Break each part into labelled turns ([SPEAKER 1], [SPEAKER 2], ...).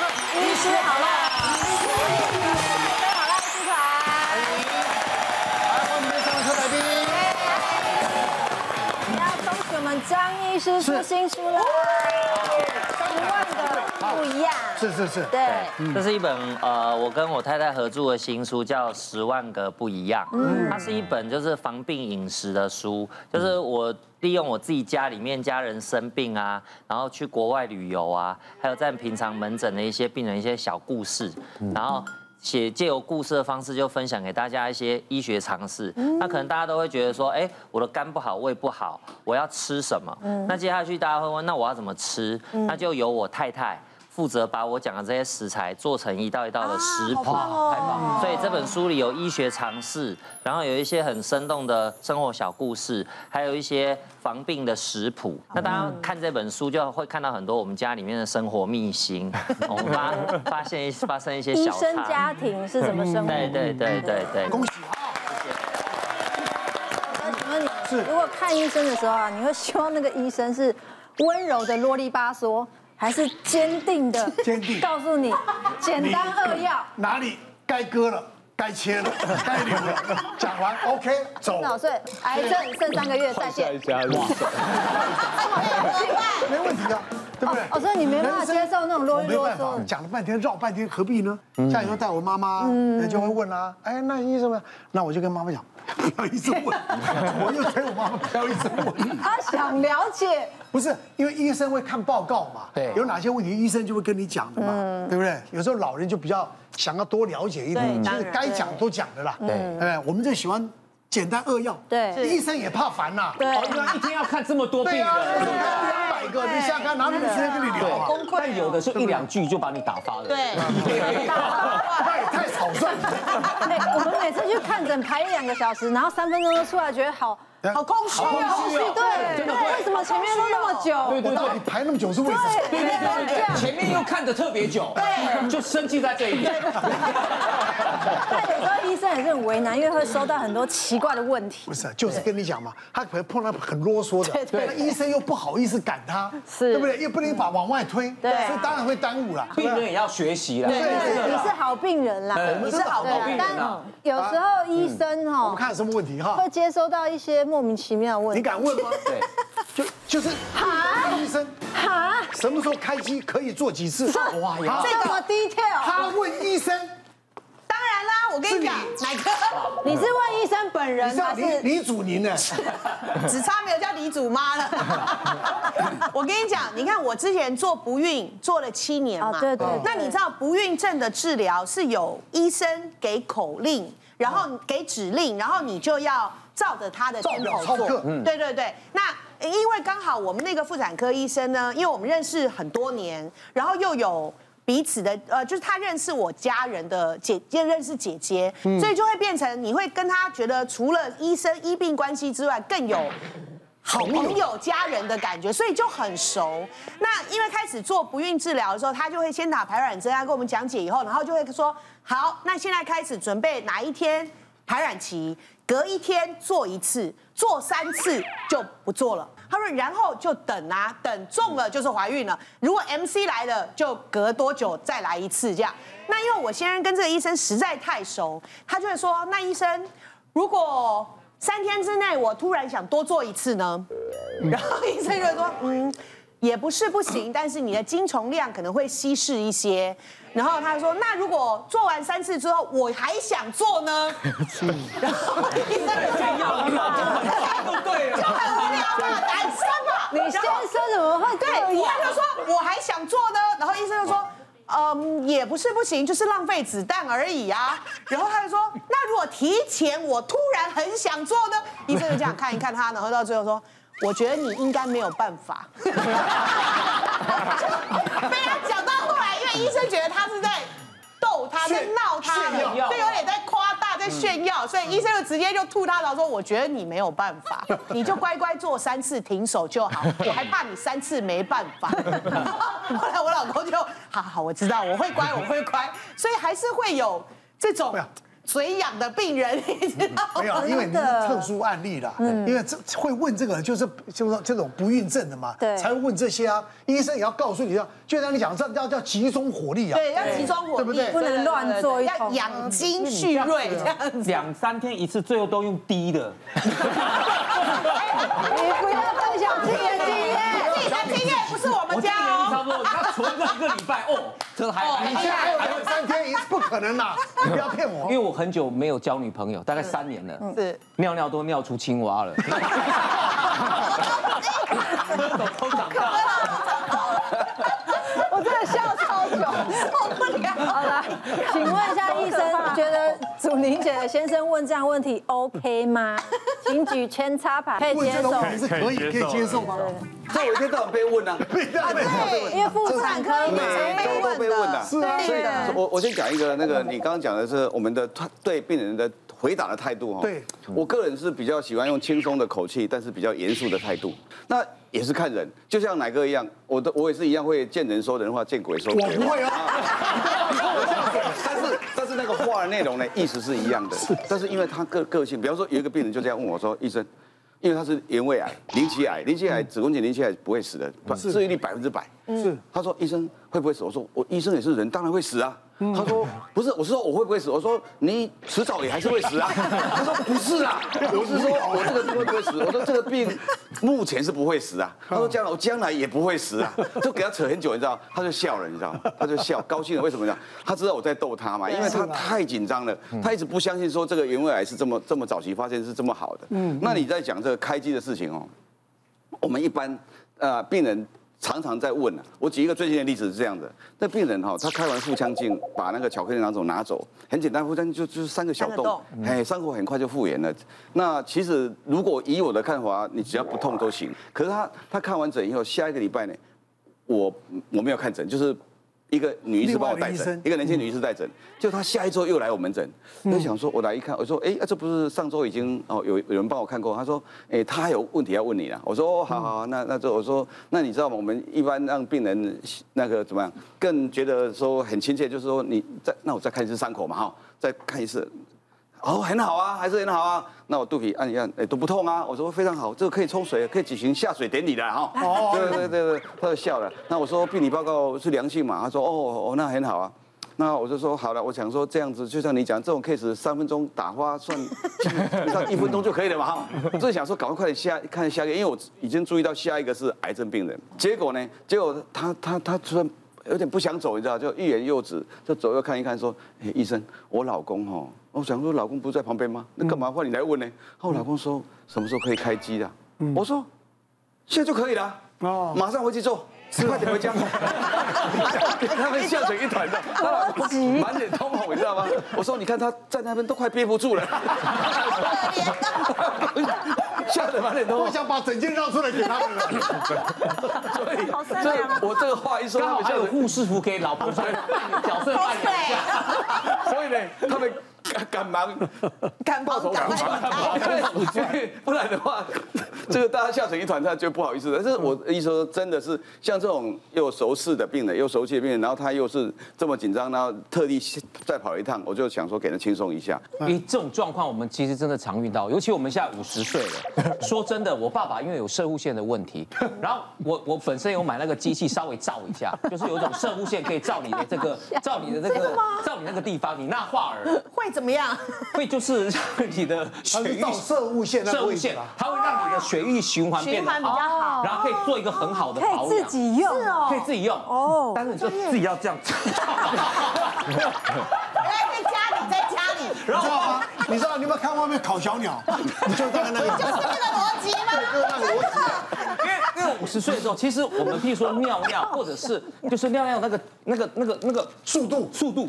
[SPEAKER 1] 吃好辣，吃好辣剧团，
[SPEAKER 2] 来，欢迎我们上车来宾。
[SPEAKER 1] 要恭喜我们张医师出新书了，十万的不一样，
[SPEAKER 2] 是是是，
[SPEAKER 1] 对，
[SPEAKER 3] 这是一本呃，我跟我太太合著的新书，叫《十万个不一样》。它是一本就是防病饮食的书，就是我利用我自己家里面家人生病啊，然后去国外旅游啊，还有在平常门诊的一些病人一些小故事，然后。写借由故事的方式，就分享给大家一些医学常识。那可能大家都会觉得说，哎，我的肝不好，胃不好，我要吃什么？那接下去大家会问，那我要怎么吃？那就由我太太负责把我讲的这些食材做成一道一道的
[SPEAKER 1] 啊
[SPEAKER 3] 食谱，
[SPEAKER 1] 哦嗯
[SPEAKER 3] 所以这本书里有医学常识，然后有一些很生动的生活小故事，还有一些防病的食谱。那大
[SPEAKER 1] 嗯
[SPEAKER 3] 家看这本书就会看到很多我们家里面的生活秘辛，我们 发发现一发生一些
[SPEAKER 1] 医
[SPEAKER 3] 小
[SPEAKER 1] 生
[SPEAKER 3] 差
[SPEAKER 1] 家。庭是怎么生活？
[SPEAKER 3] 对对对对对，
[SPEAKER 2] 恭喜啊！
[SPEAKER 1] 那请问你，如果看医生的时候啊，你会希望那个医生是温柔的啰里吧嗦，还是坚定的
[SPEAKER 2] 坚定
[SPEAKER 1] 告诉你简单扼要？
[SPEAKER 2] 哪里该割了，该切了，该留了，讲 完 OK 走。
[SPEAKER 1] 脑碎，癌症剩三个月，再见。
[SPEAKER 4] 家路
[SPEAKER 2] 没问题的，对不对？
[SPEAKER 1] 哦，所以你没办法接受那种啰
[SPEAKER 2] 我
[SPEAKER 1] 里
[SPEAKER 2] 没
[SPEAKER 1] 啰
[SPEAKER 2] 办法
[SPEAKER 1] 嗦，。
[SPEAKER 2] 讲了半天绕半天，何必呢？
[SPEAKER 1] 嗯
[SPEAKER 2] 像有时候带我妈妈，那就会问啦、哎，那医生呢？那我就跟妈妈讲， 不要一直问，我又催我妈妈不要一直问。
[SPEAKER 1] 他想了解，
[SPEAKER 2] 不是，因为医生会看报告嘛，
[SPEAKER 4] 对
[SPEAKER 2] 有哪些问题医生就会跟你讲的嘛，对不对？有时候老人就比较想要多了解一点，
[SPEAKER 1] 嗯
[SPEAKER 2] 其
[SPEAKER 1] 对当
[SPEAKER 2] 实
[SPEAKER 1] 然
[SPEAKER 2] 该讲都讲的啦，对不对？我们就喜欢简单扼要，
[SPEAKER 1] 对
[SPEAKER 2] 医生也怕烦呐，哦啊
[SPEAKER 1] 对，啊
[SPEAKER 4] 一天要看这么多病
[SPEAKER 2] 对啊
[SPEAKER 4] 人
[SPEAKER 2] 呀，，两百个，你下看哪有时间跟你聊啊？
[SPEAKER 4] 对，但有的时候一两句就把你打发了。对，
[SPEAKER 1] 啊
[SPEAKER 2] 太太草率了，
[SPEAKER 1] 哎，我们每次去看诊排一两个小时，然后三分钟就出来，觉得好好空虚哦，
[SPEAKER 2] 好啊
[SPEAKER 1] 空虚对，对为什么前面都那么久？
[SPEAKER 2] 我到底排那么久是为什么？
[SPEAKER 1] 对，啊这样。
[SPEAKER 4] 前面又看得特别久，对，就生气在这一点。
[SPEAKER 1] 但有时候医生也是很为难，因为会收到很多奇怪的问题
[SPEAKER 2] 不。是，就是跟你讲嘛，他可能碰到很啰嗦的，那医生又不好意思赶他，
[SPEAKER 1] 是
[SPEAKER 2] 对不对？又不能把往外推，
[SPEAKER 1] 对啊
[SPEAKER 2] 所以当然会耽误啦。
[SPEAKER 4] 病人也要学习啦。
[SPEAKER 1] 对，你是好病人啦，
[SPEAKER 4] 对
[SPEAKER 1] 你是好病人
[SPEAKER 4] 我们是好病人啊
[SPEAKER 1] 但有时候医生
[SPEAKER 2] 我
[SPEAKER 1] 哦
[SPEAKER 2] 们看有什么问题哈
[SPEAKER 1] 会？接收到一些莫名其妙的问
[SPEAKER 2] 嗯你
[SPEAKER 1] 题。
[SPEAKER 2] 敢问吗？
[SPEAKER 4] 对，
[SPEAKER 2] 就就是
[SPEAKER 1] 哈
[SPEAKER 2] 医生
[SPEAKER 1] 哈，
[SPEAKER 2] 什么时候开机可以做几次？哇呀！
[SPEAKER 1] 这么 detail，
[SPEAKER 2] 他问医生，
[SPEAKER 5] 当然啦，我跟你讲，哪个
[SPEAKER 1] 你是问医生本
[SPEAKER 2] 你
[SPEAKER 1] 人
[SPEAKER 2] 知道
[SPEAKER 1] 还
[SPEAKER 2] 李
[SPEAKER 1] 是？
[SPEAKER 2] 李祖宁呢？
[SPEAKER 5] 只差没有叫李祖妈了？我跟你讲，你看我之前做不孕做了七年嘛，
[SPEAKER 1] 啊对对对
[SPEAKER 5] 那你知道不孕症的治疗是有医生给口令，然后给指令，然后你就要照着他的
[SPEAKER 2] 照
[SPEAKER 5] tempo
[SPEAKER 2] 表操课嗯
[SPEAKER 5] 做。对对对，那。因为刚好我们那个妇产科医生呢，因为我们认识很多年，然后又有彼此的呃，就是他认识我家人的姐姐，认识姐姐，
[SPEAKER 2] 嗯
[SPEAKER 5] 所以就会变成你会跟他觉得除了医生医病关系之外，更有好朋友、家人的感觉，所以就很熟。那因为开始做不孕治疗的时候，他就会先打排卵针，他啊跟我们讲解以后，然后就会说：好，那现在开始准备哪一天排卵期，隔一天做一次，做三次就不做了。他说，然后就等啊，等中了就是怀孕了。如果 MC 来了，就隔多久再来一次这样。那因为我先生跟这个医生实在太熟，他就会说：那医生，如果三天之内我突然想多做一次呢？然后医生就说，嗯，也不是不行，但是你的精虫量可能会稀释一些。然后他说，那如果做完三次之后我还想做呢？然后医生就说，
[SPEAKER 4] 就对啊
[SPEAKER 5] 就
[SPEAKER 4] 了。
[SPEAKER 5] 很无聊嘛，男生嘛，
[SPEAKER 1] 你先
[SPEAKER 5] 然后
[SPEAKER 1] 生怎么会这
[SPEAKER 5] 对，
[SPEAKER 1] 样？
[SPEAKER 5] 他就说我还想做呢，然后医生就说。
[SPEAKER 4] 哦
[SPEAKER 5] 嗯，也不是不行，就是浪费子弹而已啊。 然后他就说，那如果提前我突然很想做呢？医生就这样看一看他，然后到最后说，我觉得你应该没有办法。 被他讲到后来，因为医生觉得他是在逗他，在闹他了，
[SPEAKER 4] 炫耀
[SPEAKER 5] 对，有点在夸大，在炫
[SPEAKER 2] 嗯
[SPEAKER 5] 耀，所以医生就直接就吐他槽说，我觉得你没有办法，
[SPEAKER 2] 嗯
[SPEAKER 5] 你就乖乖做三次停手就 好，我还怕你三次没办法。后来我老公就，好好，我知道，我会乖，我会乖，所以还是会有这种
[SPEAKER 2] 不要。
[SPEAKER 5] 嘴痒的病人，你知道吗？
[SPEAKER 2] 啊嗯没有，因为你是特殊案例啦，因为这会问这个就是就是说这种不孕症的嘛，
[SPEAKER 1] 对
[SPEAKER 2] 才会问这些啊。医生也要告诉你要，就像你讲，这要要集中火力啊。
[SPEAKER 5] 对，要集中火
[SPEAKER 2] 对不
[SPEAKER 5] 力，
[SPEAKER 2] 对嗯
[SPEAKER 1] 不能乱做一
[SPEAKER 5] 要
[SPEAKER 1] 通
[SPEAKER 5] 养精蓄锐这
[SPEAKER 2] 啊
[SPEAKER 5] 样子。
[SPEAKER 6] 两三天一次，最后都用低的。
[SPEAKER 1] 你不要分享自己的经验。
[SPEAKER 5] 自己的经验不是我
[SPEAKER 6] 我
[SPEAKER 5] 们
[SPEAKER 6] 今
[SPEAKER 5] 家
[SPEAKER 6] 年差
[SPEAKER 5] 哦。
[SPEAKER 6] 不多，他存了一个礼拜哦，这还
[SPEAKER 2] 你
[SPEAKER 6] 还
[SPEAKER 2] 现在还有两三天，不可能啦，你不要骗我
[SPEAKER 6] 因为。我很久没有交女朋友，大概三年了，
[SPEAKER 5] 是
[SPEAKER 6] 尿尿都尿出青蛙了。 都长大了，
[SPEAKER 1] 我真的笑超久，受不了。好了， 请问一下医生，觉得祖宁姐的先生问这样问题 OK 吗？请举圈插牌，可以
[SPEAKER 2] 问
[SPEAKER 1] 接
[SPEAKER 2] 这种
[SPEAKER 1] 受。
[SPEAKER 2] 题是可以可以接受吗？
[SPEAKER 4] 所以我一天到晚被问 啊，
[SPEAKER 5] 啊，对，
[SPEAKER 1] 因为妇产科
[SPEAKER 5] 每
[SPEAKER 1] 常
[SPEAKER 5] 每
[SPEAKER 1] 被
[SPEAKER 5] 周
[SPEAKER 4] 都
[SPEAKER 1] 问
[SPEAKER 4] 被问啊。
[SPEAKER 2] 是啊，
[SPEAKER 5] 对
[SPEAKER 2] 所以
[SPEAKER 5] 耶
[SPEAKER 4] 我我先讲一个，那个你刚刚讲的是我们的对病人的回答的态度哈。
[SPEAKER 2] 对，
[SPEAKER 4] 我个人是比较喜欢用轻松的口气，但是比较严肃的态度。那也是看人，就像奶哥一样，我都我也是一样会见人说人话，见鬼说鬼
[SPEAKER 2] 我
[SPEAKER 4] 话。
[SPEAKER 2] 不会啊。
[SPEAKER 4] 但是但是那个话的内容呢，意思是一样的。但是因为他个个性，比方说有一个病人就这样问我说：“医生，因为他是原位癌、鳞期癌、鳞期癌、子宫颈鳞期癌不会死的，治愈率百分之百。”
[SPEAKER 2] 是
[SPEAKER 4] 他说：“医生会不会死？”我说：“我医生也是人，当然会死啊。”他说：“不是，我是说我会不会死？”我说：“你迟早也还是会 死啊。”他说：“不是啦，我是说我这个病会不会死？”我说：“这个病目前是不会死啊。”他说：“将来我将来也不会死啊。”就给他扯很久，你知道？他就笑了，你知道？他就笑，高兴了。为什么呢？他知道我在逗他嘛，因为他太紧张了，他一直不相信说这个原位癌是这么这么早期发现是这么好的。嗯，那你在讲这个开机的事情哦，我们一般呃病人常常在问啊，我举一个最近的例子是这样的，那病人哈、他开完腹腔镜，把那个巧克力囊肿拿走，很简单，腹腔镜就就是三个小
[SPEAKER 5] 三个
[SPEAKER 4] 洞
[SPEAKER 5] 洞，
[SPEAKER 4] 哎，伤口很快就复原了。那其实如果以我的看法，你只要不痛都行。可是他他看完诊以后，下一个礼拜呢，我我没有看诊，就是一个女医师帮我带
[SPEAKER 2] 另外一个医
[SPEAKER 4] 诊
[SPEAKER 2] 生，嗯
[SPEAKER 4] 一个年轻女医师带诊，就她下一周又来我门诊，我想说，我来一看，我说，哎、啊这不是上周已经哦有有人帮我看过，她说，哎、她还有问题要问你啊，我说，哦，好好，好
[SPEAKER 2] 嗯
[SPEAKER 4] 那那这我说，那你知道吗？我们一般让病人那个怎么样，更觉得说很亲切，就是说你再那我再看一次伤口嘛哈，再看一次，哦，很好啊，还是很好啊。那我肚皮按一按，哎，都不痛啊。我说非常好，这个可以冲水，可以举行下水典礼的哈。哦，对对对对，他就笑了。那我说病理报告是良性嘛？他说哦哦，那很好啊。那我就说好了，我想说这样子，就像你讲这种 case，三分钟打花算，算一分钟就可以了嘛哈。就是想说赶快快点下看下一个，因为我已经注意到下一个是癌症病人。结果呢，结果他他他突然有点不想走，你知道，就欲言又止，就左右看一看，说：“哎，医生，我老公哦，我想说老公不在旁边吗？那干嘛换你来问呢？”然后我老公说：“什么时候可以开机的？”我说：“现在就可以了。”
[SPEAKER 2] 哦
[SPEAKER 4] 哦，马上回去做，快点回家。他们笑成一团的，他满脸通红，你知道吗？我说：“你看他在那边都快憋不住了， 笑得满脸通
[SPEAKER 2] 我
[SPEAKER 4] 红。”
[SPEAKER 2] 想把整件让出来给他们了。
[SPEAKER 4] 所以，
[SPEAKER 1] 啊
[SPEAKER 4] 所以
[SPEAKER 5] 啊
[SPEAKER 4] 我啊这个话一说，
[SPEAKER 6] 刚
[SPEAKER 4] 他
[SPEAKER 6] 好
[SPEAKER 4] 们
[SPEAKER 6] 还
[SPEAKER 4] 笑
[SPEAKER 6] 有
[SPEAKER 4] 得
[SPEAKER 6] 护士服给老婆穿，角色扮演。
[SPEAKER 4] 所以呢，他们赶赶忙
[SPEAKER 5] 赶忙赶快
[SPEAKER 4] 对，不然的话，这个大家笑成一团，他就不好意思了。但是我一说，真的是像这种又熟识的病人，又熟悉的病人，然后他又是这么紧张，然后特地再跑一趟，我就想说给他轻松一下。
[SPEAKER 6] 因为哎这种状况，我们其实真的常遇到，尤其我们现在五十岁了。 说真的，我爸爸因为有射护线的问题，然后我我本身有买那个机器稍微照一下，就是有一种射护线可以照你的这个，照你的这个，照你那个地方，你那画儿
[SPEAKER 5] 会怎么样？
[SPEAKER 6] 会就是 让你的血
[SPEAKER 2] 是
[SPEAKER 6] 液
[SPEAKER 2] 照射物线那个
[SPEAKER 6] 射
[SPEAKER 2] 位
[SPEAKER 6] 护
[SPEAKER 2] 置
[SPEAKER 6] 线
[SPEAKER 2] 啊，
[SPEAKER 6] 它会让你的血液循环变
[SPEAKER 5] 循
[SPEAKER 6] 得
[SPEAKER 5] 环比较好。
[SPEAKER 6] 然后可以做一个很好的
[SPEAKER 1] 哦可以
[SPEAKER 6] 保
[SPEAKER 1] 自
[SPEAKER 6] 养，
[SPEAKER 1] 己用，
[SPEAKER 6] 可以自己用
[SPEAKER 1] 哦
[SPEAKER 6] 哦，但是你就自己要这样。
[SPEAKER 5] 哎，在家里，在 家里，
[SPEAKER 2] 你知道吗？你知道你有没有看外面烤小鸟？你就大概那个，
[SPEAKER 5] 就是这个逻辑吗？
[SPEAKER 2] 就那个逻辑。
[SPEAKER 6] 因为因为五十岁的时候，其实我们譬如说尿尿，或者是就是尿尿那个那个那个那个速度速度。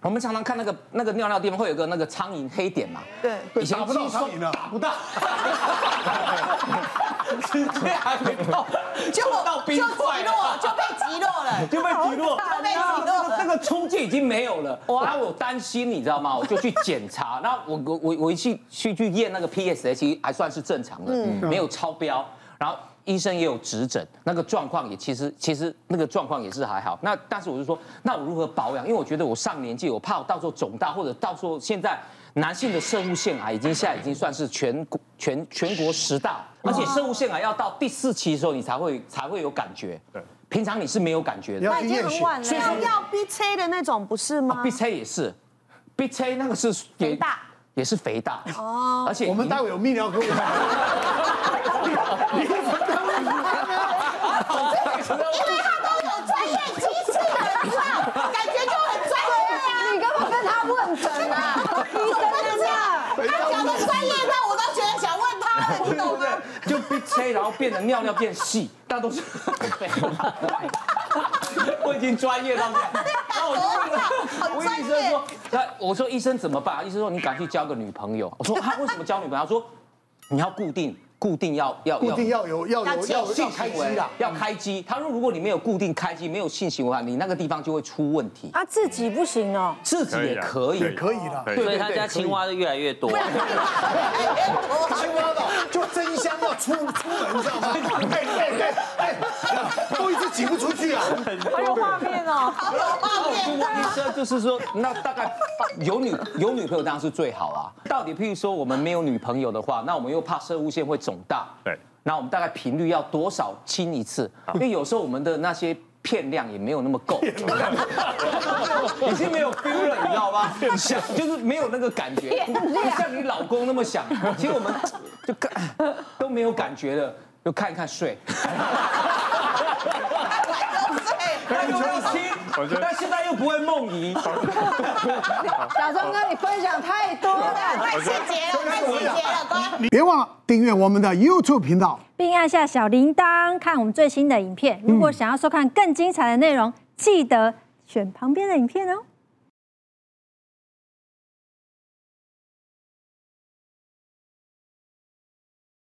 [SPEAKER 6] 我们常常看那个那个尿尿地方会有个那个苍蝇黑点嘛，
[SPEAKER 5] 对
[SPEAKER 6] 以前
[SPEAKER 2] 打不到苍蝇啊
[SPEAKER 6] 打不到， 直接还没到，
[SPEAKER 5] 就
[SPEAKER 6] 碰到冰
[SPEAKER 5] 就
[SPEAKER 6] 块
[SPEAKER 5] 击落，就被击落了，
[SPEAKER 6] 就被击落，
[SPEAKER 5] 就被击落了
[SPEAKER 6] 那个冲劲已经没有了。然后我担心，你知道吗？我就去检查，然后我我我我一去去去验那个 PSA，其实还算是正常的，没有超标。然后医生也有指诊，那个状况也其实其实那个状况也是还好。那但是我就说，那我如何保养？因为我觉得我上年纪，我怕我到时候肿大，或者到时候现在男性的肾物腺癌已经现在已经算是全国全全国十大，而且肾物腺癌要到第四期的时候你才会才会有感觉，对，平常你是没有感觉的
[SPEAKER 2] 你。要去验
[SPEAKER 7] 很
[SPEAKER 2] 血，
[SPEAKER 7] 晚了，
[SPEAKER 5] 要要 B C 的那种不是
[SPEAKER 1] 啊
[SPEAKER 5] 吗？
[SPEAKER 6] 啊 B C 也是，B C 那个是
[SPEAKER 5] 嗯肥大，
[SPEAKER 6] 也是肥大哦，而且
[SPEAKER 2] 我们
[SPEAKER 6] 你
[SPEAKER 2] 待会有泌尿科，
[SPEAKER 5] 因为他都有专业机制的，你知道，感觉就很专业啊。
[SPEAKER 1] 你根本跟他问诊啊， 医生真的。
[SPEAKER 5] 他讲的专业到我都觉得想问他了，你懂吗？
[SPEAKER 6] 就 B C，然后变成尿尿变细，但都是 肥大。我已经专业到 这样，然后我就
[SPEAKER 5] 好
[SPEAKER 6] 问了，我医
[SPEAKER 5] 专
[SPEAKER 6] 生
[SPEAKER 5] 业
[SPEAKER 6] 说，他我说医生怎么办？医生说你赶去交个女朋友。我说他为什么交女朋友？他说你要固定，固定要要
[SPEAKER 2] 固定要有要
[SPEAKER 5] 要
[SPEAKER 2] 有
[SPEAKER 5] 解
[SPEAKER 2] 要有
[SPEAKER 6] 性
[SPEAKER 2] 要开
[SPEAKER 6] 行
[SPEAKER 2] 机
[SPEAKER 6] 为
[SPEAKER 2] 啦。
[SPEAKER 6] 要开机。他说如果你没有固定开机，没有性行为的话，你那个地方就会出问题。
[SPEAKER 1] 啊，自己不行哦，
[SPEAKER 6] 自己也可以，
[SPEAKER 2] 也可以啊的，
[SPEAKER 3] 所以他家青蛙就越来越多。
[SPEAKER 2] 青蛙的就争相要出出门，你知道吗？ 哎哎哎哎，都一直挤不出去啊！
[SPEAKER 7] 好有画面哦。
[SPEAKER 6] 那我就问医生，就是说，那大概有女有女朋友当然是最好啊。到底譬如说我们没有女朋友的话，那我们又怕射物线会肿大，
[SPEAKER 8] 对，
[SPEAKER 6] 那我们大概频率要多少亲一次？因为有时候我们的那些。片量也没有那么够，已经没有 feel 了，你知道吗？想就是没有那个感觉，不不像你老公那么想。其实我们就看都没有感觉了，就看一看睡。他又没有亲，但现在又不会梦遗。
[SPEAKER 1] 小钟哥，你分享太多了，
[SPEAKER 5] 太细节了，太细节了，乖。
[SPEAKER 2] 别忘了订阅我们的 YouTube 频道。
[SPEAKER 9] 并按下小铃铛看我们最新的影片。如果想要收看更精彩的内容，记得选旁边的影片哦。